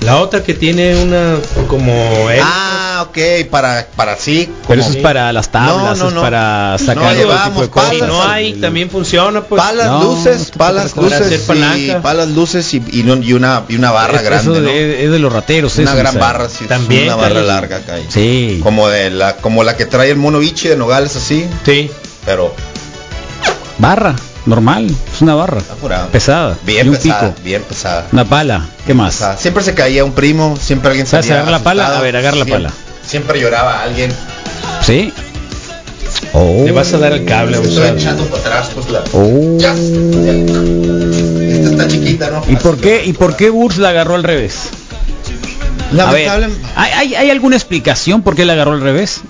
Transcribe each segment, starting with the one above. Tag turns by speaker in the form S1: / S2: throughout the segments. S1: La otra que tiene una como él.
S2: Ah, ok, para, para sí,
S3: Pero
S2: como
S3: eso es para las tablas,
S2: No, no,
S3: es
S2: no.
S3: para
S2: No
S3: sacar otro tipo
S2: llevábamos
S3: de cosas.
S1: si no hay, también funciona pues.
S2: palas,
S3: No, no
S2: luces,
S3: te
S2: palas,
S3: preocupes.
S1: Para
S2: luces,
S1: hacer
S2: y
S1: palanca.
S2: palas, luces y, y no- y una, y una barra
S3: Es-
S2: grande,
S3: eso
S2: ¿no?
S3: de- es de los rateros,
S2: una
S3: eso,
S2: gran
S3: o sea.
S2: barra, sí,
S1: También,
S2: una barra
S1: Carlos.
S2: larga acá ahí.
S3: Sí.
S2: Como de la, como la que trae el mono bichi de Nogales así,
S1: Sí.
S2: pero
S3: Barra, normal, es una barra.
S2: apurado.
S3: Pesada. y
S2: Bien
S3: un
S2: pesada,
S3: pico.
S2: bien pesada.
S3: Una pala. ¿Qué más?
S2: O sea, siempre se caía un primo, siempre alguien
S3: ¿Sabes
S2: salía
S3: agarrar la pala?
S2: asustado,
S3: A ver, agarra la
S2: siempre-
S3: pala.
S2: Siempre lloraba alguien.
S3: ¿Sí? Oh.
S1: Le vas a dar el cable,
S2: Es que
S1: abusado.
S2: Estoy echando para atrás, pues la.
S3: Oh.
S2: Ya, ya. Esta está chiquita, ¿no?
S3: ¿Y por
S2: Así
S3: qué,
S2: la-
S3: y por qué Urs la agarró al revés? A ver,
S2: Lamentable.
S3: ¿hay, hay, hay alguna explicación por qué la agarró al revés?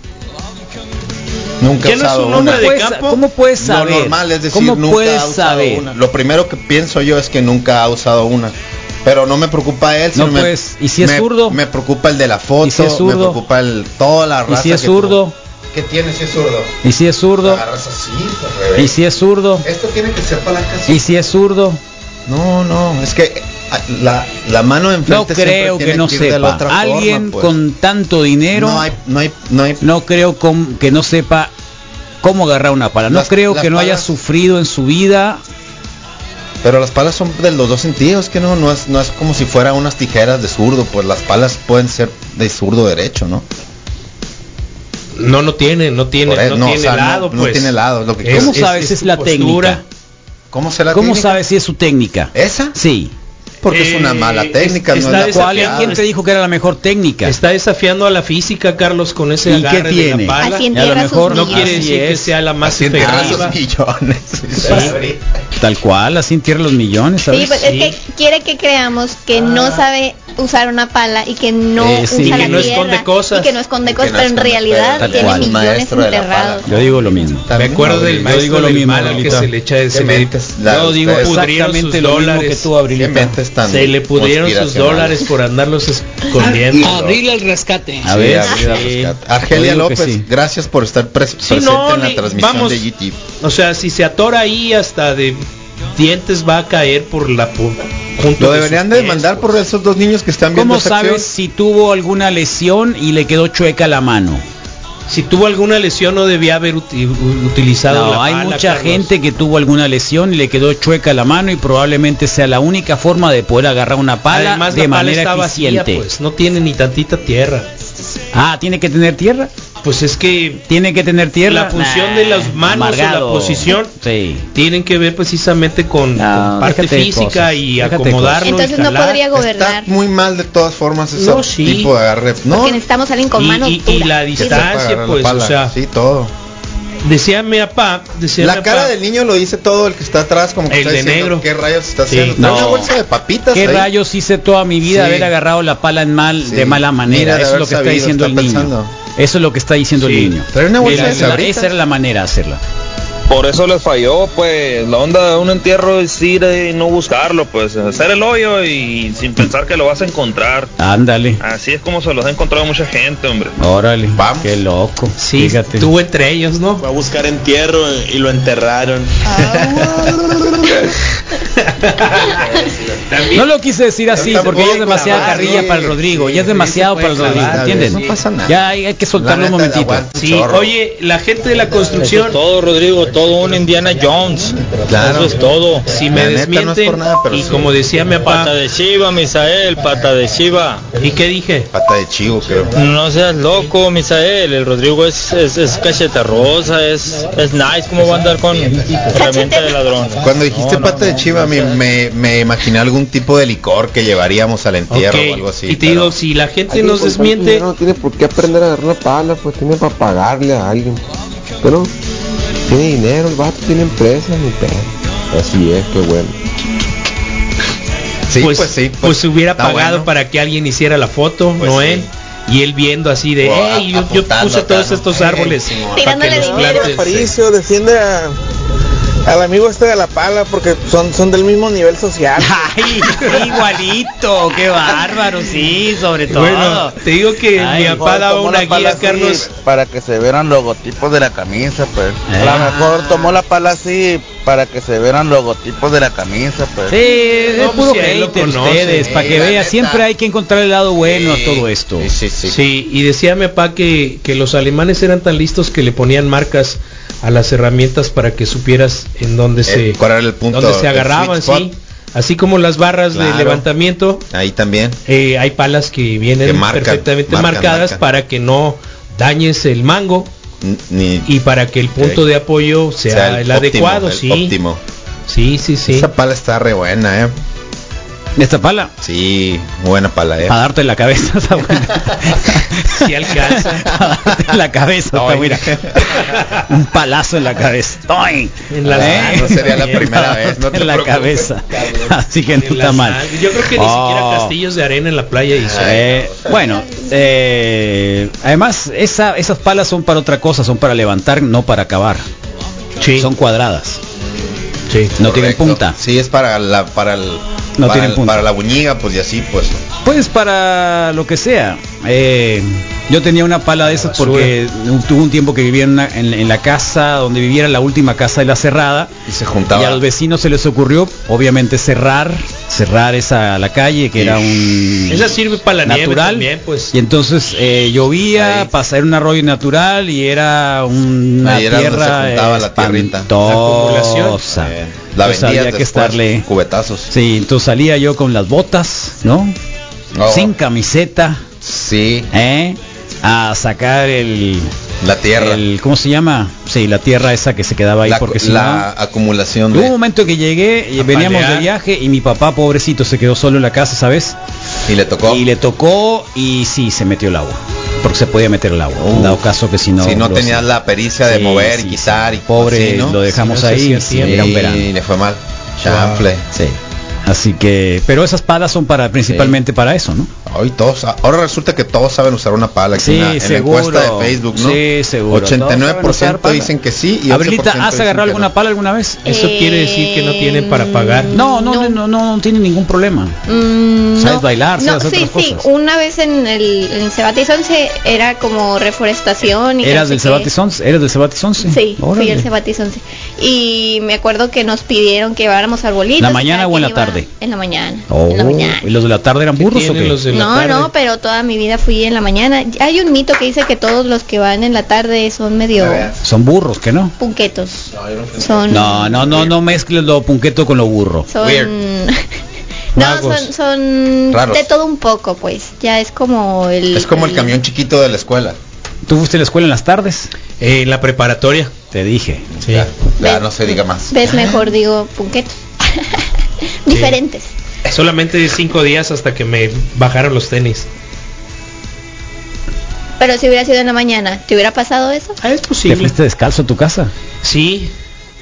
S2: Nunca
S1: ¿Qué
S2: he
S1: no es
S2: usado
S1: un
S2: una.
S1: hombre de
S3: puedes,
S1: campo?
S3: ¿Cómo puedes saber?
S2: Lo normal es decir,
S3: ¿Cómo
S2: nunca
S3: puedes
S2: ha usado
S3: saber?
S2: una. Lo primero que pienso yo es que nunca ha usado una. Pero no me preocupa él,
S3: No,
S2: sino me-
S3: pues, ¿y si es
S2: me-
S3: zurdo?
S2: Me preocupa el de la foto,
S3: ¿Y si es zurdo?
S2: me preocupa el toda la
S3: ¿Y
S2: raza.
S3: si es
S2: que tuvo.
S3: zurdo?
S2: ¿Qué tiene si es zurdo?
S3: ¿Y si es zurdo?
S2: Agarras así, al revés.
S3: ¿Y si es zurdo?
S2: Esto tiene que ser palanca así.
S3: ¿Y si es zurdo?
S2: No, no, es que eh, la, la mano de
S3: No
S2: enfrente siempre
S3: creo que
S2: tiene
S3: no
S2: ir de la
S3: sepa.
S2: otra forma,
S3: Alguien
S2: pues.
S3: con tanto dinero
S2: No hay, no hay, no hay...
S3: no creo com- que no sepa cómo agarrar una pala. No
S2: Las-
S3: creo
S2: las
S3: que no haya
S2: palas-
S3: sufrido en su vida.
S2: Pero las palas son de los dos sentidos, que no, no es, no es como si fuera unas tijeras de zurdo, pues las palas pueden ser de zurdo derecho, ¿no?
S1: No, no tiene, no tiene,
S2: Por eso,
S1: no,
S2: no, o
S1: tiene
S2: sea, no-
S1: lado,
S2: no
S1: pues.
S2: tiene lado, es lo que-
S3: ¿Cómo sabes si es
S1: tu
S3: la
S1: postura.
S3: técnica?
S2: ¿Cómo será?
S3: ¿Cómo sabes si es su técnica?
S2: ¿Esa?
S3: Sí.
S2: porque es una
S1: Eh,
S2: mala
S1: es-
S2: técnica, no es
S1: está
S2: la
S1: desafiando-
S2: apropiada.
S3: ¿Quién te dijo que era la mejor técnica?
S1: Está desafiando a la física, Carlos, con ese
S3: ¿Y qué
S1: agarre de
S3: tiene?
S1: la pala.
S4: Así
S3: a lo
S4: entierra sus
S3: mejor no
S1: No
S4: millones.
S1: quiere
S3: Así
S1: decir que
S3: es.
S1: sea la más
S2: Así entierra los
S1: efectiva.
S2: millones.
S3: Tal cual, así entierra los millones,
S4: Sí,
S3: ¿sabes?
S4: pues es que quiere que creamos que no sabe usar una pala y que no
S3: Eh, sí. Y
S4: usa
S3: que
S4: la
S3: no
S4: tierra
S1: esconde cosas.
S4: y que no esconde
S2: Y que
S4: cosas,
S2: no
S4: pero en
S2: esconde,
S4: realidad
S3: pero tal
S4: tiene
S3: cual.
S4: millones
S2: Maestro de la
S4: enterrados.
S2: pala.
S3: Yo digo lo mismo.
S1: Me acuerdo del
S3: Yo
S1: maestro
S3: digo lo
S1: del
S3: mismo,
S1: mal al que
S3: Abuelita.
S1: se le echa ese
S2: ¿Qué
S1: mento.
S2: mentes? La-
S3: Yo digo
S2: ustedes-
S1: pudrieron
S3: exactamente
S1: sus
S3: lo mismo
S1: dólares.
S3: que tú, Abril.
S2: ¿Qué mentes tan
S1: Se le pudrieron sus
S2: conspiracionales?
S1: dólares por andarlos escondiendo.
S5: Abril al rescate.
S3: A
S2: Sí,
S3: ver,
S2: Abril al
S3: sí.
S2: rescate. Argelia
S3: Yo digo que
S2: López,
S3: sí.
S2: gracias por estar pres- presente
S1: no,
S2: en la
S1: ni-
S2: transmisión
S1: vamos.
S2: de GT.
S1: O sea, si se atora ahí hasta de dientes va a caer por la pu- junto
S2: Lo
S1: de
S2: deberían
S1: sus
S2: de
S1: pies.
S2: mandar por esos dos niños que están viendo
S3: ¿Cómo
S2: esa acción.
S3: sabes si tuvo alguna lesión y le quedó chueca la mano?
S1: Si tuvo alguna lesión no debía haber uti- u- utilizado
S3: No,
S1: la
S3: hay
S1: pala,
S3: mucha
S1: Carlos.
S3: gente que tuvo alguna lesión y le quedó chueca la mano y probablemente sea la única forma de poder agarrar una pala
S1: Además,
S3: de
S1: la pala
S3: manera
S1: está vacía,
S3: eficiente.
S1: pues no tiene ni tantita tierra.
S3: Ah, tiene que tener tierra.
S1: Pues es que
S3: Tiene que tener tierra.
S1: La función de las manos o la posición.
S3: Sí.
S1: tienen que ver precisamente con,
S3: No,
S1: con parte
S3: Ah, déjate de
S1: física
S3: cosas,
S1: y
S3: déjate de
S1: acomodarlo. y
S4: Entonces no
S1: jalar.
S4: podría
S2: Está
S4: gobernar
S2: muy mal de todas formas ese
S1: No, sí.
S2: tipo de agarre. No,
S4: porque necesitamos a alguien con
S1: Y-
S4: mano
S1: y- y
S4: dura.
S1: la
S4: Sí,
S2: que sepa
S1: distancia,
S2: agarrar la
S1: pues,
S2: pala.
S1: o sea,
S2: sí, todo.
S1: Decía mi papá, decía mi
S2: La
S1: papá,
S2: cara del niño lo dice todo el que está atrás, como que
S1: El
S2: está
S1: de
S2: diciendo
S1: negro.
S2: qué rayos está
S1: Sí.
S2: haciendo. Trae
S3: No.
S2: una bolsa de papitas.
S3: ¿Qué
S2: ahí.
S3: rayos hice toda mi vida
S2: Sí.
S3: haber agarrado la pala en mal
S2: Sí.
S3: de mala manera?
S2: Mira,
S3: Eso
S2: de
S3: es
S2: haber
S3: lo que está
S2: sabido,
S3: diciendo
S2: está
S3: el niño.
S2: pensando.
S3: Eso es lo que está diciendo
S1: Sí.
S3: el niño.
S2: Trae una bolsa
S3: Era-
S2: de sabritas.
S3: esa era la manera de hacerla.
S6: Por eso les falló, pues, la onda de un entierro es ir eh, y no buscarlo, pues, hacer el hoyo y sin pensar que lo vas a encontrar.
S3: Ándale.
S6: Así es como se los ha encontrado mucha gente, hombre.
S3: Órale.
S2: Vamos.
S3: Qué loco.
S1: Sí,
S3: Fíjate.
S1: estuvo entre ellos, ¿no?
S7: Fue a buscar entierro y lo enterraron.
S3: No lo quise decir así
S2: Ahorita
S3: porque
S2: puedo
S3: ya es demasiada
S2: clavar,
S3: carrilla
S2: sí,
S3: para el Rodrigo,
S2: sí,
S3: ya es
S2: sí,
S3: demasiado
S1: se
S3: para
S1: puede
S3: el Rodrigo,
S1: clavar,
S3: ¿entienden?
S2: no pasa nada.
S3: Ya hay, hay que soltarlo un
S2: La neta, la
S3: momentito.
S2: aguanta.
S1: Sí,
S2: Chorro.
S1: oye, la gente de la construcción,
S6: Todo, Rodrigo, todo un Indiana Jones.
S2: Claro.
S6: Eso es todo.
S1: si me
S2: La neta, no es por
S1: desmienten,
S2: nada, pero
S1: y
S2: sí.
S1: como decía mi
S6: Pata
S1: papá,
S6: de Shiva, Misael, pata de Shiva.
S1: ¿y qué dije?
S2: Pata de chivo, creo.
S6: No seas loco, Misael. El Rodrigo es, es, es cacheta rosa, es, es nice. ¿Cómo va a andar con herramienta de ladrón?
S2: Cuando dijiste pata de chiva, me, me, me imaginé algún tipo de licor que llevaríamos al entierro
S1: Ok,
S2: o algo así.
S1: y te
S2: pero-
S1: digo, si la gente nos desmiente,
S8: No tiene por qué aprender a agarrar una pala, pues tiene para pagarle a alguien. Pero tiene dinero, el vato tiene empresa, mi pedo. Así es, qué bueno.
S2: sí,
S1: pues,
S2: pues, sí.
S1: pues, hubiera
S2: está
S1: pagado
S2: bueno.
S1: para que alguien hiciera la foto,
S2: Pues
S1: no
S2: sí.
S1: él. Y él viendo así de,
S2: O a-
S1: "Ey, yo- yo,
S2: apuntando
S1: puse
S2: acá,
S1: todos
S2: ¿no?
S1: estos
S2: Ey,
S1: árboles.
S2: Simón.
S1: para que
S4: Tirándole
S1: los
S4: dinero.
S1: plantes".
S9: Aparicio, defiende a- al amigo este de la pala porque son, son del mismo nivel social.
S3: Ay, igualito, qué bárbaro, sí, sobre todo.
S1: Bueno, te digo que
S3: Ay,
S1: mi papá daba Ah, una guía, Carlos.
S9: Para que se vieran logotipos de la camisa, pues.
S3: A
S1: Ah.
S3: lo mejor
S9: tomó la pala así para que se vieran logotipos de la camisa, pues.
S3: Sí, es
S1: No,
S3: puro
S1: pues, si él lo
S3: hater
S1: conoce,
S3: ustedes,
S2: sí,
S3: para que
S2: la
S3: vea,
S2: neta.
S3: siempre hay que encontrar el lado bueno a todo esto.
S2: Sí, sí, sí.
S1: Sí, y decía mi papá que, que los alemanes eran tan listos que le ponían marcas a las herramientas para que supieras en dónde se,
S2: Eh, ¿Cuál era el punto?
S1: dónde se
S2: el
S1: agarraban,
S2: sweet
S1: sí.
S2: spot?
S1: Así como las barras de
S2: Claro.
S1: levantamiento,
S2: Ahí también.
S1: eh, hay palas que vienen
S2: Que marcan,
S1: perfectamente
S2: marcan,
S1: marcadas
S2: marcan.
S1: para que no dañes el mango
S2: N- Ni,
S1: y para que el punto
S2: Ok.
S1: de apoyo sea, el,
S2: óptimo,
S1: adecuado,
S2: el
S1: sí.
S2: óptimo.
S1: Sí, sí, sí.
S2: Esa pala está re buena, eh.
S3: Esta pala,
S2: Sí, buena pala, eh.
S3: para darte en la cabeza, está buena.
S1: Sí alcanza.
S3: Pa' darte en la cabeza, está buena. Un palazo en la cabeza. ¡Ay!
S1: En la
S2: Ah, no sería la primera vez, no te
S3: en la
S2: preocupes.
S3: cabeza. Así que no
S1: En la
S3: está mal.
S1: sangre. Yo creo que ni
S3: Oh.
S1: siquiera castillos de arena en la playa y
S3: Eh, bueno, eh, además esa- esas palas son para otra cosa, son para levantar, no para acabar. Son cuadradas,
S1: sí.
S3: no tienen
S2: Correcto.
S3: punta.
S2: Sí, es para la para el
S3: No
S2: para,
S3: tienen
S2: el-
S3: punta.
S2: para la buñiga, pues y así pues.
S3: Pues para lo que sea. Eh, yo tenía una pala de esas
S1: basura.
S3: porque tuve un tiempo que vivía en, una- en- en la casa donde viviera la última casa de la cerrada.
S2: Y se juntaba.
S3: Y a los vecinos se les ocurrió, obviamente, cerrar, cerrar esa la calle que era un
S1: Esa sirve para la nieve
S3: natural.
S1: también, pues.
S3: Y entonces eh, llovía,
S2: Ahí.
S3: pasar un arroyo natural y era una
S2: Ahí era donde
S3: tierra
S2: se juntaba la tierrita.
S3: espantosa.
S2: Eh, la
S3: Entonces
S2: vendías
S3: había que
S2: después,
S3: estarle.
S2: cubetazos.
S3: Sí, entonces salía yo con las botas, ¿no?
S2: Oh,
S3: Sin camiseta,
S2: sí,
S3: ¿eh? A sacar el,
S2: la tierra.
S3: el- ¿cómo se llama? Sí, la tierra esa que se quedaba ahí
S2: la,
S3: porque si
S2: la
S3: no-
S2: acumulación
S3: Hubo un
S2: de,
S3: momento que llegué, y
S7: A
S3: veníamos de
S7: palear.
S3: viaje y mi papá, pobrecito, se quedó solo en la casa, ¿sabes?
S2: y le tocó.
S3: Y le tocó y sí, se metió el agua. Porque se podía meter el agua.
S2: Uf.
S3: dado caso que si no...
S2: Uh. si no
S3: lo-
S2: tenías la pericia de
S3: Sí,
S2: mover
S3: sí,
S2: y quitar y
S3: Pobre,
S2: así, ¿no?
S3: lo dejamos
S1: Si no se
S3: ahí
S1: hacía
S3: y sí,
S1: tiempo.
S3: era un verano.
S2: y le fue mal. Chanfle.
S3: Sí. Así que, pero esas palas son para principalmente para eso, ¿no?
S2: Hoy todos, ahora resulta que todos saben usar una pala. aquí en la- en
S3: seguro.
S2: la encuesta de Facebook, ¿no?
S3: Sí, seguro. Todos saben
S2: 89%
S3: usar
S2: dicen
S3: pala.
S2: que sí y
S3: Abrilita,
S2: 11%
S3: ¿has
S2: dicen
S3: agarrado
S2: que
S3: alguna
S2: no.
S3: pala alguna vez?
S4: Eh,
S1: Eso quiere decir que no tienen para pagar.
S3: No, no, no, no, no, no tiene ningún problema.
S4: Mm,
S3: Sabes bailar,
S4: no,
S3: sabes otras
S4: sí, sí.
S3: cosas.
S4: Una vez en el en Cebatis 11 era como reforestación. Y que
S3: ¿Eras
S4: no sé
S3: del
S4: qué.
S3: Cebatis 11? ¿Eres del Cebatis 11?
S4: Sí, fui
S3: Órale.
S4: al Cebatis 11. Y me acuerdo que nos pidieron que lleváramos arbolitos.
S3: ¿La
S4: y
S3: mañana
S4: cada
S3: o en
S4: quien
S3: la
S4: iba-
S3: tarde?
S4: En la mañana.
S3: Oh,
S4: en la mañana.
S3: ¿Y los de la tarde eran
S1: ¿Qué
S3: burros o
S1: tienen
S3: qué?
S1: los de la
S4: No,
S1: tarde?
S4: no, pero toda mi vida fui en la mañana. Hay un mito que dice que todos los que van en la tarde son medio
S3: Son burros, ¿qué no?
S4: punquetos. Son
S3: No, no, no, no mezcles lo punqueto con lo burro.
S4: son
S2: Weird.
S4: No,
S1: Vagos.
S4: son, son
S2: Raros.
S4: de todo un poco, pues. Ya es como el
S2: Es como el camión chiquito de la escuela.
S3: ¿Tú fuiste a la escuela en las tardes?
S1: Eh, en la preparatoria.
S3: Te dije.
S1: Sí.
S2: Ya, ya no se diga más.
S4: Ves mejor digo punquetos. Diferentes.
S1: Solamente cinco días hasta que me bajaron los tenis.
S4: Pero si hubiera sido en la mañana, ¿te hubiera pasado eso?
S2: Ah,
S1: Es
S3: ¿Te fuiste descalzo a tu casa?
S1: Sí,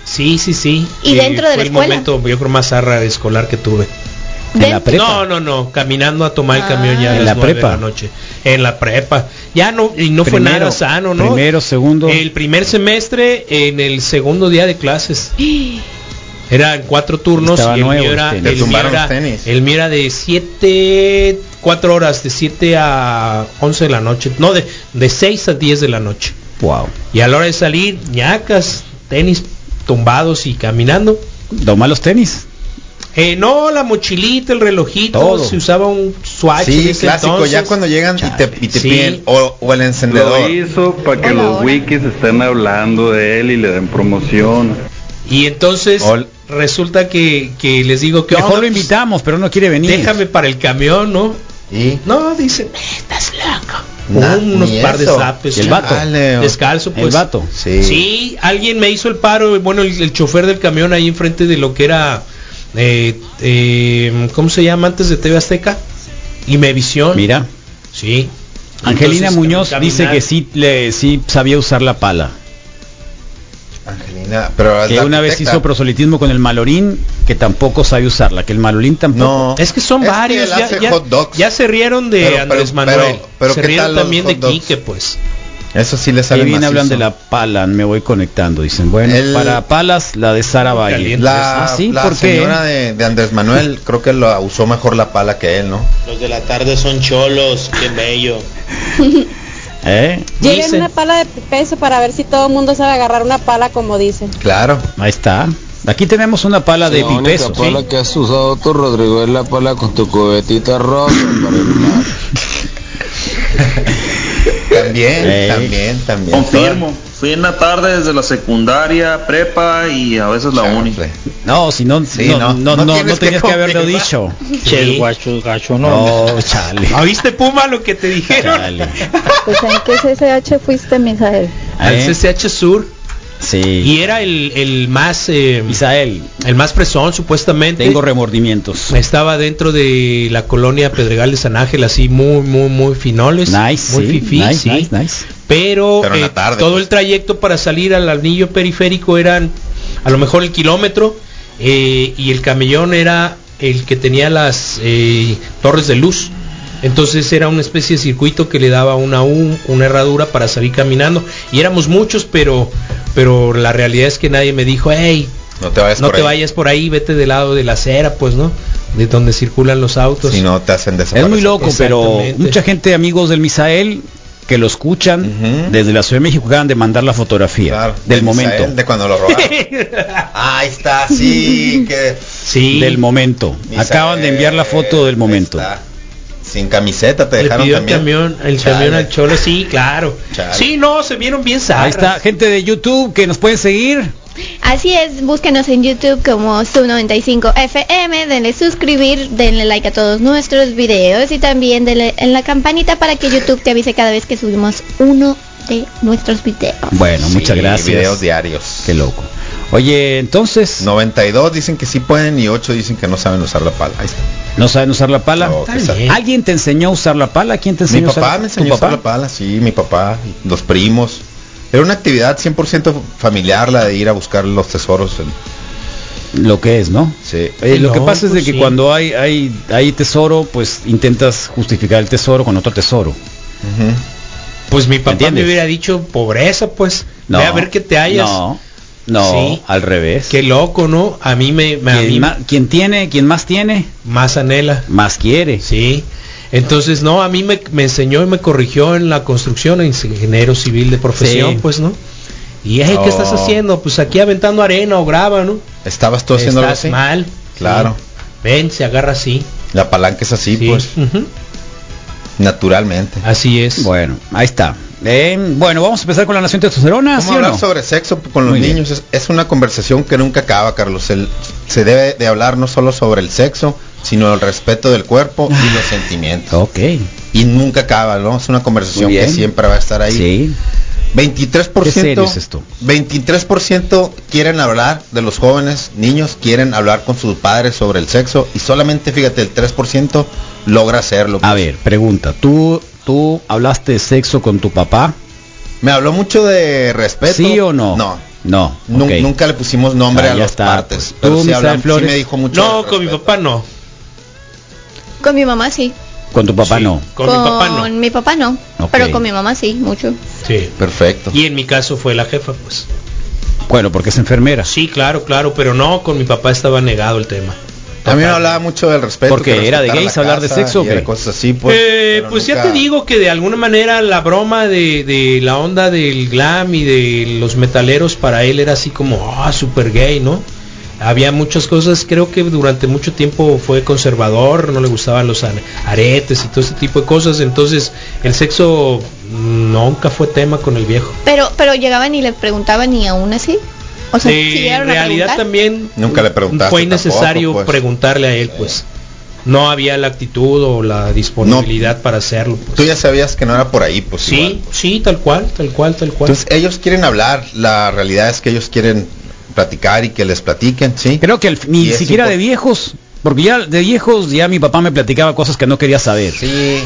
S1: sí, sí, sí. Eh,
S4: ¿Y dentro de
S1: fue
S4: la
S1: el
S4: escuela?
S1: momento, yo creo, más zarra escolar que tuve.
S3: En la
S4: Ven.
S3: prepa.
S1: No, no, no, caminando a tomar el camión ya a
S3: Ah. En la
S1: las nueve
S3: prepa.
S1: de la noche. En la prepa. Ya no, y no fue
S3: Primero,
S1: nada sano, ¿no?
S3: primero, segundo.
S1: El primer semestre, en el segundo día de clases. Eran cuatro turnos
S3: Estaba
S1: y el
S3: nuevo
S1: mío
S3: el
S1: era,
S3: tenis.
S2: Te
S1: el mío
S2: tumbaron
S1: era-
S2: los tenis.
S1: el mío era de siete, cuatro horas, de siete a once de la noche. No, de, de seis a diez de la noche.
S3: Wow.
S1: Y a la hora de salir, ñacas, tenis tumbados y caminando.
S3: Toma los tenis.
S1: Eh, no, la mochilita, el relojito,
S3: Todo.
S1: se usaba un swatch en
S2: Sí,
S1: ese
S2: clásico, ya
S1: entonces.
S2: cuando llegan y te, y te
S1: Sí.
S2: piden o, o el
S10: Lo
S2: encendedor.
S10: hizo para que
S4: Hola,
S10: los
S4: hola.
S10: wikis estén hablando de él y le den promoción.
S1: Y entonces
S2: Ol-
S1: resulta que, que les digo que
S3: Mejor
S1: "Onda,
S3: lo
S1: pues,
S3: invitamos, pero no quiere venir.
S1: Déjame para el camión, ¿no?
S2: Y
S1: No, dicen, estás loco.
S2: Na-
S1: unos
S2: ni
S1: par de
S2: eso.
S1: zapes.
S3: Y el vato.
S2: Chale, o-
S1: Descalzo, pues.
S3: El vato.
S2: Sí.
S1: Sí, alguien me hizo el paro, bueno, el, el chofer del camión ahí enfrente de lo que era, eh, eh, ¿cómo se llama antes de TV Azteca? Y me visión.
S3: Mira.
S1: Sí.
S3: Angelina
S1: Entonces,
S3: Muñoz
S1: este, caminar-
S3: dice que sí, le, sí sabía usar la pala.
S2: Angelina, pero es
S3: Que
S2: Pues la
S3: una vez
S2: arquitecta.
S3: hizo proselitismo con el malorín, que tampoco sabe usarla. Que el malorín tampoco.
S2: No.
S1: Es que son
S2: Es que
S1: varios,
S2: él
S1: ya,
S2: hace
S1: ya-
S2: hot dogs.
S1: ya se rieron de
S2: Pero- pero-
S1: Andrés
S2: pero-
S1: Manuel,
S2: pero
S1: se
S2: ¿qué
S1: rieron
S2: tal los
S1: también
S2: hot
S1: de
S2: dogs?
S1: Quique, pues.
S2: Eso sí le
S3: Y
S2: sale
S3: bien
S2: macizo.
S3: hablan de la pala, me voy conectando, dicen. Bueno,
S2: El-
S3: para palas la de Sara Valle.
S1: Caliente.
S2: La,
S3: Ah, sí,
S2: la
S3: ¿por qué?
S2: señora de, de Andrés Manuel creo que lo usó mejor la pala que él, ¿no?
S7: Los de la tarde son cholos, qué bello.
S3: ¿Eh?
S11: Lleven
S1: Dicen.
S11: una pala de peso para ver si todo el mundo sabe agarrar una pala como dicen.
S2: Claro.
S3: Ahí está. Aquí tenemos una pala de
S8: la única
S3: pipeso.
S8: pala que has usado tú, Rodrigo, es la pala con tu cubetita roja para el mar.
S2: También,
S3: Ey.
S2: también, también.
S6: Confirmo. Fui en la tarde desde la secundaria, prepa y a veces la uni.
S2: Chanfle.
S3: No, si no,
S2: Sí,
S3: no,
S2: no,
S3: no, no,
S2: no
S3: no
S2: tienes
S3: tenías
S2: que
S3: que haberlo
S2: confirmar. Ah,
S3: dicho.
S1: Che, el
S5: guacho, gacho,
S3: No, chale.
S1: ¿Oíste ¿Ah, Puma lo que te dijeron?
S3: chale.
S11: Pues en qué CSH fuiste, Misael.
S1: Al
S2: Ah,
S3: ¿Eh?
S1: CCH Sur
S3: Sí.
S1: y era el, el más eh,
S3: Isael,
S1: el más presón supuestamente.
S3: tengo remordimientos.
S2: Pues,
S1: Estaba dentro de la colonia Pedregal de San Ángel, así muy, muy, muy finoles.
S3: Nice,
S1: muy
S3: sí,
S1: fifí,
S3: nice,
S1: sí.
S3: nice, nice.
S1: Pero,
S2: Pero en la
S1: eh,
S2: tarde,
S1: todo
S2: pues.
S1: el trayecto para salir al anillo periférico eran a lo mejor el kilómetro eh, y el camellón era el que tenía las eh, torres de luz. Entonces era una especie de circuito que le daba una U, una herradura para salir caminando. Y éramos muchos, pero, pero la realidad es que nadie me dijo, hey,
S2: No te vayas
S1: no
S2: por
S1: te
S2: ahí.
S1: vayas por ahí, vete del lado de la acera, pues, ¿no? De donde circulan los autos.
S2: Si no te hacen
S3: pues. Es
S2: desaparecer.
S3: muy loco, pero
S1: Exactamente.
S3: mucha gente, amigos del Misael, que lo escuchan
S2: Ujú.
S3: desde la Ciudad de México, acaban de mandar la fotografía
S2: Claro,
S3: del
S2: de
S3: momento.
S2: Misael, de cuando lo robaron. Ahí está, sí, que
S1: Sí.
S3: Del momento.
S2: Misael,
S3: Acaban de enviar la foto del
S2: ahí
S3: momento.
S2: está. Sin camiseta te
S1: Le
S2: dejaron
S1: pidió el
S2: también.
S1: camión, el
S2: Chale.
S1: camión al cholo, sí, claro.
S2: Chale.
S1: Sí, no, se vieron bien
S3: Ahí
S1: zarras.
S3: está, gente de YouTube que nos pueden seguir.
S4: Así es, búsquenos en YouTube como Sub95FM, denle suscribir, denle like a todos nuestros videos y también denle en la campanita para que YouTube te avise cada vez que subimos uno de nuestros videos.
S3: Bueno, muchas
S2: Sí,
S3: gracias.
S2: Videos diarios.
S3: Qué loco. Oye, entonces.
S2: 92 dicen que sí pueden y 8 dicen que no saben usar la pala. Ahí está.
S3: ¿No saben usar la pala?
S2: No, que saben.
S3: ¿Alguien te enseñó a usar la pala? ¿Quién te
S2: Mi
S3: enseñó a usar
S2: papá me enseñó
S3: ¿Tu
S2: a usar la pala, sí, mi papá, y los primos. Era una actividad 100% familiar la de ir a buscar los tesoros. E.
S3: Lo que es, ¿no?
S2: Sí.
S3: Eh, lo que pasa es de que cuando hay, hay, hay tesoro, pues intentas justificar el tesoro con otro tesoro.
S1: Pues mi papá me
S3: entiendes?
S1: hubiera dicho pobreza, pues.
S3: No,
S1: Ve a ver que te hallas.
S3: No, no,
S1: Sí.
S3: al revés.
S1: Qué loco, ¿no? A mí me, me- a
S3: Quien
S1: mí
S3: ma- quien tiene, quien más tiene,
S1: más anhela.
S3: más quiere.
S1: Sí. Entonces, no, a mí me, me enseñó y me corrigió en la construcción, en ingeniero civil de profesión,
S3: Sí.
S1: pues, ¿no? Y, "Ey, ¿qué estás
S2: Oh.
S1: haciendo? Pues aquí aventando arena o grava, ¿no?
S2: ¿Estabas tú haciendo algo
S1: Estás
S2: así?
S1: mal.
S2: Claro.
S1: Ven, se agarra así.
S2: La palanca es así,
S1: Sí.
S2: pues,
S1: Ujú.
S2: naturalmente.
S3: Ah,
S1: Así es.
S3: Bueno, ahí está. Eh, bueno, vamos a empezar con la nación testosterona,
S2: ¿Cómo
S3: ¿sí o
S2: hablar
S3: no?
S2: sobre sexo con los
S3: Muy bien.
S2: niños? Es, es una conversación que nunca acaba, Carlos. El- se debe de hablar no solo sobre el sexo, sino el respeto del cuerpo y los sentimientos.
S3: Ok.
S2: Y nunca acaba, ¿no? Es una conversación
S3: Muy
S2: que
S3: bien.
S2: siempre va a estar ahí.
S3: Sí.
S2: 23%,
S3: Qué serio es esto.
S2: 23% quieren hablar de los jóvenes, niños quieren hablar con sus padres sobre el sexo y solamente, fíjate, el 3% logra hacerlo.
S3: A ver, pregunta. ¿Tú, tú hablaste de sexo con tu papá?
S2: Me habló mucho de respeto.
S3: ¿Sí o no?
S2: No.
S3: No.
S2: Nun-
S3: ok.
S2: Nunca le pusimos nombre
S3: Ah,
S2: a
S3: ya
S2: las
S3: está,
S2: partes,
S3: pues.
S2: pero
S3: Tú,
S2: sí,
S3: Misael
S2: hablamos- sí
S3: Flores.
S2: me dijo mucho.
S1: No,
S2: del
S1: con mi
S2: respeto.
S1: papá no.
S4: Con mi mamá sí.
S3: Con tu papá
S1: Sí,
S3: no.
S1: Con, mi papá no.
S4: mi papá no,
S3: Ok.
S4: pero con mi mamá sí, mucho.
S1: Sí.
S2: Perfecto.
S1: Y en mi caso fue la jefa, pues.
S3: Bueno, porque es enfermera.
S1: Sí, claro, claro, pero no, con mi papá estaba negado el tema.
S2: A mí me hablaba mucho del respeto.
S3: Porque
S2: que
S3: era de
S2: respetara
S3: gays
S2: la
S3: hablar de
S2: casa
S3: sexo,
S2: y
S3: ¿o
S2: era
S3: qué?
S2: cosas así, pues.
S1: Eh,
S2: pero
S1: pues ya
S2: nunca-
S1: te digo que de alguna manera la broma de, de la onda del glam y de los metaleros para él era así como, ah, super gay, ¿no? Había muchas cosas, creo que durante mucho tiempo fue conservador, no le gustaban los are- aretes y todo ese tipo de cosas, entonces el sexo mm, nunca fue tema con el viejo.
S4: Pero pero llegaban y le preguntaban y aún así. O sea,
S1: Eh,
S4: si
S1: en realidad también
S2: Nunca le preguntaste
S1: fue innecesario
S2: tampoco, pues.
S1: preguntarle a él, pues. No había la actitud o la disponibilidad para hacerlo. pues.
S2: Tú ya sabías que no era por ahí, pues.
S1: Sí,
S2: igual.
S1: sí, tal cual, tal cual, tal
S3: Pues,
S1: cual.
S2: Entonces ellos quieren hablar, la realidad es que ellos quieren platicar y que les platiquen, ¿sí?
S3: Creo que el- ni
S2: Y es
S3: siquiera
S2: impor-
S3: de viejos. Porque ya de viejos ya mi papá me platicaba cosas que no quería saber.
S2: Sí.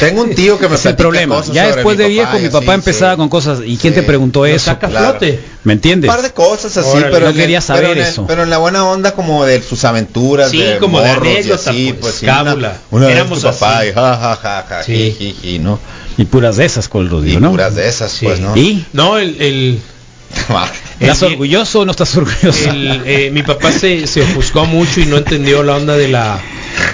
S2: Tengo un tío que me
S3: Es el
S2: platica
S3: problema.
S2: cosas
S3: Ya
S2: sobre
S3: después
S2: mi
S3: de viejo
S2: y
S3: mi
S2: así,
S3: papá
S2: sí.
S3: empezaba con cosas. ¿Y quién
S2: Sí.
S3: te preguntó
S1: Lo
S3: eso?
S1: saca a
S2: claro.
S1: flote.
S3: ¿Me
S2: un
S3: entiendes?
S2: par de cosas así,
S1: Órale,
S2: pero
S3: no
S2: en
S3: quería
S2: el-
S3: saber
S2: pero en el-
S3: eso.
S2: pero en la buena onda como de sus aventuras,
S1: Sí,
S2: de
S1: como de
S2: morros y
S1: anécdota,
S2: así,
S1: pues,
S2: pues, sí, una-
S1: cábula.
S2: Una, vez
S1: Éramos
S2: tu papá
S1: así.
S2: y ja, ja, ja, ja,
S1: Sí.
S2: ji, ji, ji, ¿no?
S3: Y puras de esas con el
S2: Y
S3: Rodrigo, ¿no?
S2: puras de esas,
S1: Sí.
S2: pues, ¿no?
S3: ¿Y?
S1: No, el, el-
S3: ¿Estás
S1: El-
S3: orgulloso o no estás orgulloso?
S1: el, eh, mi papá se, se ofuscó mucho y no entendió la onda de la,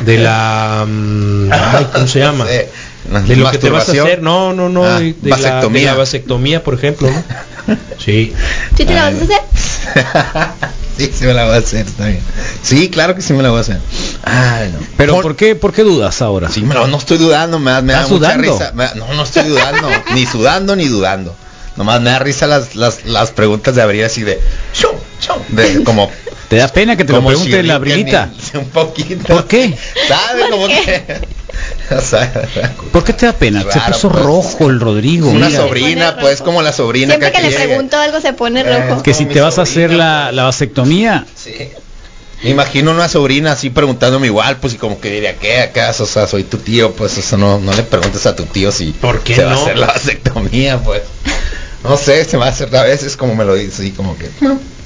S1: de la, mm, ay, ¿cómo se llama?
S2: Sí.
S1: De lo que te vas a
S2: Ah, Masturbación.
S1: hacer, no, no, no,
S2: Ah,
S1: de, de la- de la,
S2: vasectomía.
S1: vasectomía, por ejemplo, ¿no? Sí,
S4: ¿Sí te la vas a hacer?
S2: sí, sí me la voy a hacer, está bien. Sí, claro que sí me la voy a hacer. Ay, no.
S3: Pero ¿por qué, por qué dudas ahora?
S2: Sí, pero no estoy dudando, me da, me da
S3: ¿Estás
S2: mucha
S3: sudando?
S2: risa. Me da- no, no estoy dudando, ni sudando ni dudando. Nomás me da risa las, las, las preguntas de abrir así de, shum, shum, de como
S3: ¿Te da pena que te lo
S2: como
S3: pregunte la
S2: shuriken
S3: brilita?
S2: y- Un poquito.
S3: ¿Por qué?
S2: ¿Sabe cómo que? o sea,
S3: ¿Por qué te da pena? se
S2: Raro,
S3: puso
S2: pues.
S3: rojo el Rodrigo.
S2: una
S3: mira.
S2: sobrina, pues como la sobrina
S4: Siempre que le
S2: llegue.
S4: pregunto algo se pone
S2: Eh,
S4: rojo.
S3: Que si
S2: mi
S3: te vas a
S2: sobrina,
S3: hacer la,
S2: pues.
S3: la vasectomía,
S2: Sí. Me imagino una sobrina así preguntándome igual, pues y como que diría, ¿qué acaso? O sea, soy tu tío, pues eso no, no le preguntes a tu tío si
S1: ¿Por qué
S2: se va
S1: no?
S2: a hacer la vasectomía, pues. No sé, se me va a hacer a veces como me lo dice, y como que.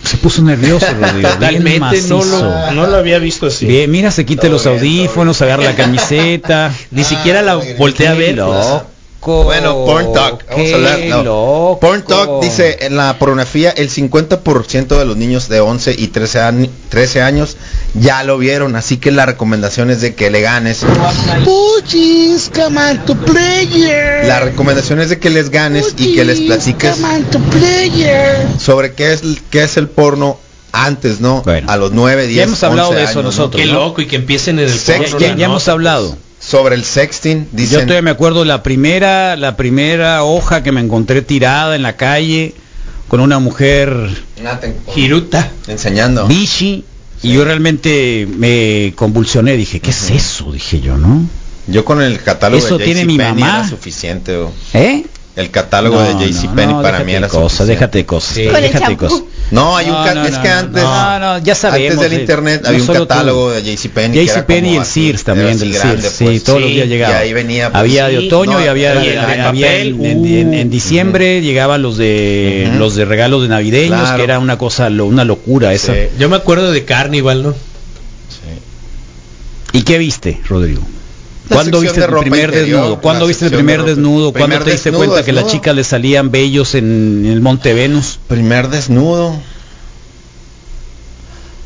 S3: se puso nervioso Rodrigo. Bien
S1: totalmente no lo,
S3: macizo.
S1: no lo había visto así.
S3: Bien, mira, se quita
S2: Todo
S3: los
S2: bien,
S3: audífonos, agarra la camiseta.
S1: Ni siquiera la
S2: Ah,
S1: volteé a ver.
S3: Loco.
S2: Bueno, Porn Talk, vamos a
S3: Oh, Qué
S2: hablar. no.
S3: loco.
S2: Porn Talk dice, en la pornografía el 50% de los niños de 11 y 13, ani- 13 años ya lo vieron, así que la recomendación es de que le ganes. La recomendación es de que les ganes y que les platiques sobre qué es, qué es el porno antes, ¿no?
S3: Bueno.
S2: A los 9, 10,
S3: Ya hemos hablado
S2: 11
S3: de eso
S2: años, ¿no?
S3: nosotros.
S1: Qué
S3: ¿no?
S1: loco y que empiecen en el
S2: Sex-
S1: porno,
S3: Ya,
S1: la
S3: ya hemos
S1: nota,
S3: hablado.
S2: Sobre el sexting,
S3: Yo
S2: dicen...
S3: todavía me acuerdo la primera, la primera hoja que me encontré tirada en la calle con una mujer
S2: Ah, te-
S1: pues. Jiruta.
S2: Enseñando.
S3: bichi y yo realmente me convulsioné. Dije, ¿qué es eso? Dije yo, ¿no?
S2: Yo con el catálogo
S3: Eso
S2: de
S3: tiene mi
S2: JCPenney
S3: mamá.
S2: era suficiente. o-
S3: ¿Eh?
S2: El catálogo
S3: No,
S2: de
S3: no,
S2: JCPenney
S3: no,
S2: para
S3: déjate
S2: mí era
S3: de cosas,
S2: suficiente.
S3: eh, déjate de cosas, Sí.
S4: Con el déjate de champú. cosas.
S2: No, hay un
S3: No,
S2: ca-
S3: no,
S2: es
S3: no,
S2: que
S3: no,
S2: antes
S3: no, no, ya sabemos,
S2: Antes
S3: eh,
S2: del internet
S3: no
S2: había un
S3: solo tú.
S2: catálogo de JCPenney que era
S3: JCPenney y el
S2: como así,
S3: Sears
S2: era
S3: también
S2: así
S3: del
S2: grande,
S3: Sears,
S2: pues,
S3: sí, todos los días llegaba.
S2: Y ahí venía pues,
S3: había de
S2: sí,
S3: otoño
S2: no,
S3: y había,
S2: y el de
S3: había
S2: papel, uh,
S3: en, en- en- en diciembre llegaban los de los de regalos de navideños
S1: Claro.
S3: que era una cosa lo- una locura esa.
S1: Yo me acuerdo de Carnival, ¿no?
S3: ¿Y qué viste, Rodrigo?
S1: La
S3: ¿Cuándo
S1: sección
S3: viste
S1: de
S3: el
S1: ropa
S3: primer
S1: interior,
S3: desnudo? ¿Cuándo
S1: la
S3: viste
S1: sección
S3: el
S1: de
S3: primer
S1: ropa-
S3: desnudo? ¿Cuándo
S1: Primer
S3: te diste
S1: desnudo,
S3: cuenta que las
S1: desnudo.
S3: chicas le salían bellos en, en el Monte Venus?
S2: Primer desnudo.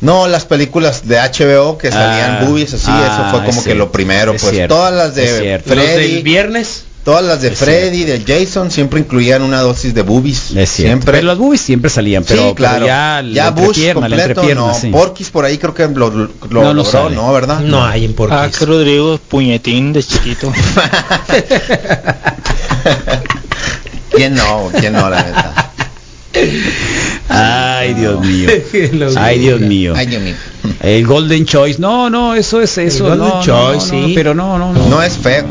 S2: No, las películas de HBO que salían
S3: Ah,
S2: boobies así,
S3: ah,
S2: eso fue como
S3: es
S2: que
S3: cierto,
S2: lo primero,
S3: es
S2: pues
S3: cierto,
S2: todas las
S3: es
S2: de
S3: cierto.
S1: Los del
S2: Freddy,
S1: viernes.
S2: todas las de
S3: Es
S2: Freddy, de Jason siempre incluían una dosis de boobies, siempre.
S3: Pero las boobies siempre salían, pero,
S2: sí, claro.
S3: pero ya la
S2: Bush
S3: entrepierna, la
S2: completo,
S3: entrepierna,
S2: no.
S3: sí.
S2: Porky's por ahí creo que lo, lo
S3: No, no
S2: logró,
S3: sale.
S2: ¿no? ¿Verdad?
S1: No hay en Porquis.
S12: Ah, que Rodrigo es puñetín de chiquito.
S2: ¿Quién no? ¿Quién no, la neta?
S3: Ay, Dios mío. Ay, Dios mío.
S2: Ay, Dios mío.
S3: El Golden Choice. No, no, eso es eso.
S1: Golden
S3: no, no,
S1: Choice,
S3: no, no,
S1: sí.
S3: Pero no, no, no.
S2: No es feo.